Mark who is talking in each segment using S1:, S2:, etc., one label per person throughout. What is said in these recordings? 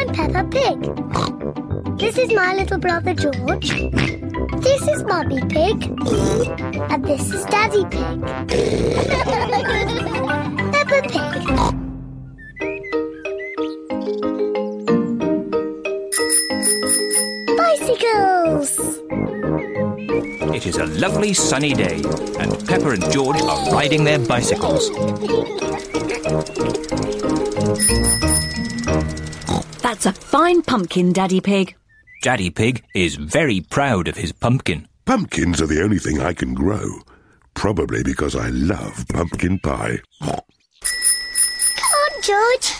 S1: Pig. This is my little brother George. This is Mummy Pig. And this is Daddy Pig. Peppa Pig. Bicycles.
S2: It is a lovely sunny day, and Pepper and George are riding their bicycles.
S3: That's a fine pumpkin, Daddy Pig.
S2: Daddy Pig is very proud of his pumpkin.
S4: Pumpkins are the only thing I can grow. Probably because I love pumpkin pie.
S1: Come on, George.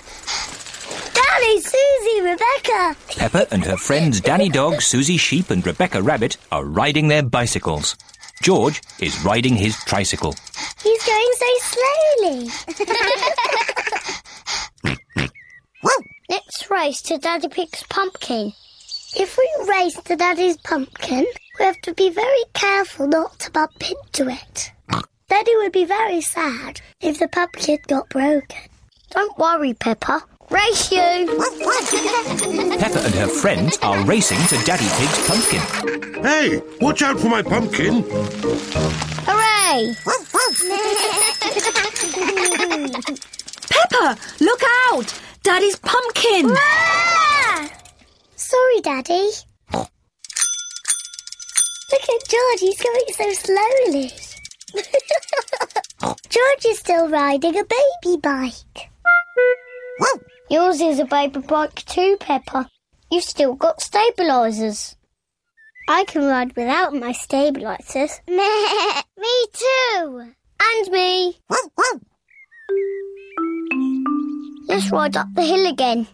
S1: Danny, Susie, Rebecca.
S2: Pepper and her friends Danny Dog, Susie Sheep, and Rebecca Rabbit are riding their bicycles. George is riding his tricycle.
S1: He's going so slowly. Let's race to Daddy Pig's pumpkin. If we race to Daddy's pumpkin, we have to be very careful not to bump into it. Daddy would be very sad if the pumpkin got broken. Don't worry, Peppa. Race you!
S2: Pepper and her friends are racing to Daddy Pig's pumpkin.
S4: Hey, watch out for my pumpkin!
S1: Hooray!
S3: Pepper, look out! Daddy's pumpkin!
S1: Ah! Sorry, Daddy. Look at George, he's going so slowly. George is still riding a baby bike. Yours is a baby bike too, Peppa. You've still got stabilizers. I can ride without my stabilizers. me too. And me. Let's ride up the hill again.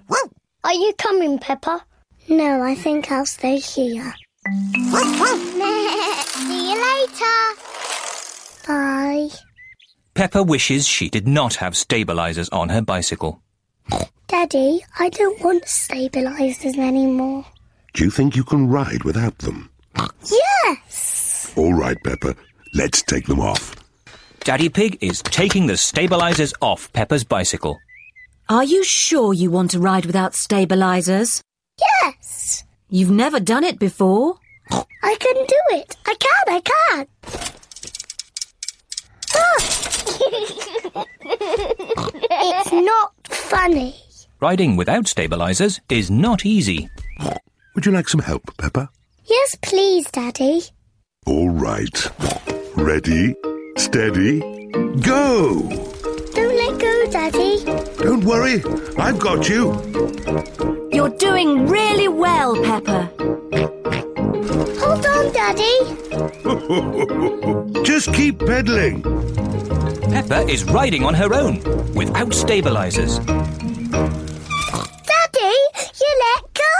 S1: Are you coming, Peppa? No, I think I'll stay here. See you later. Bye.
S2: Pepper wishes she did not have stabilizers on her bicycle.
S1: Daddy, I don't want stabilizers anymore.
S4: Do you think you can ride without them?
S1: Yes!
S4: All right, Pepper, let's take them off.
S2: Daddy Pig is taking the stabilizers off Pepper's bicycle.
S3: Are you sure you want to ride without stabilizers?
S1: Yes!
S3: You've never done it before.
S1: I can do it. I can, I can. Ah! it's not funny.
S2: Riding without stabilizers is not easy.
S4: Would you like some help, Pepper?
S1: Yes, please, Daddy.
S4: All right. Ready, steady, go!
S1: Don't let go, Daddy.
S4: Don't worry, I've got you.
S3: You're doing really well, Pepper.
S1: Hold on, Daddy.
S4: Just keep pedaling.
S2: Pepper is riding on her own without stabilizers.
S1: Daddy, you let go.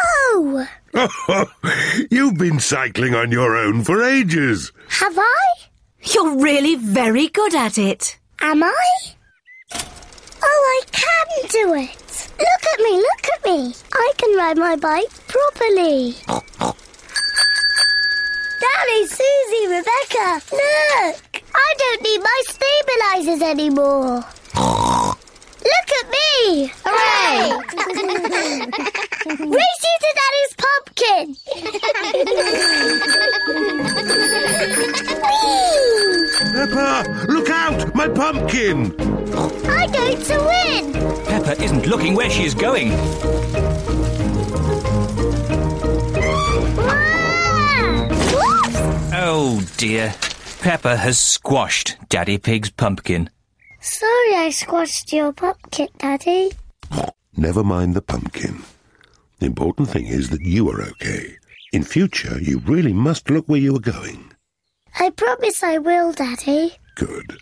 S4: You've been cycling on your own for ages.
S1: Have I?
S3: You're really very good at it.
S1: Am I? Oh, I can do it. Look at me, look at me. I can ride my bike properly. Daddy, Susie, Rebecca, look. I don't need my stabilizers anymore. Look at me! Hooray! Race you to Daddy's pumpkin! Whee!
S4: Pepper, look out, my pumpkin.
S1: I'm going to win!
S2: Pepper isn't looking where she is going.
S1: Wow! Whoops!
S2: Oh dear. Pepper has squashed Daddy Pig's pumpkin.
S1: Sorry I squashed your pumpkin, Daddy.
S4: Never mind the pumpkin. The important thing is that you are okay. In future, you really must look where you are going.
S1: I promise I will, Daddy.
S4: Good.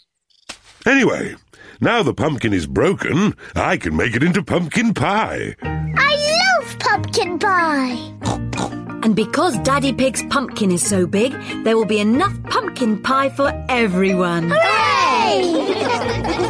S4: Anyway, now the pumpkin is broken, I can make it into pumpkin pie.
S1: I love pumpkin pie!
S3: And because Daddy Pig's pumpkin is so big, there will be enough pumpkin pie for everyone.
S1: Hooray!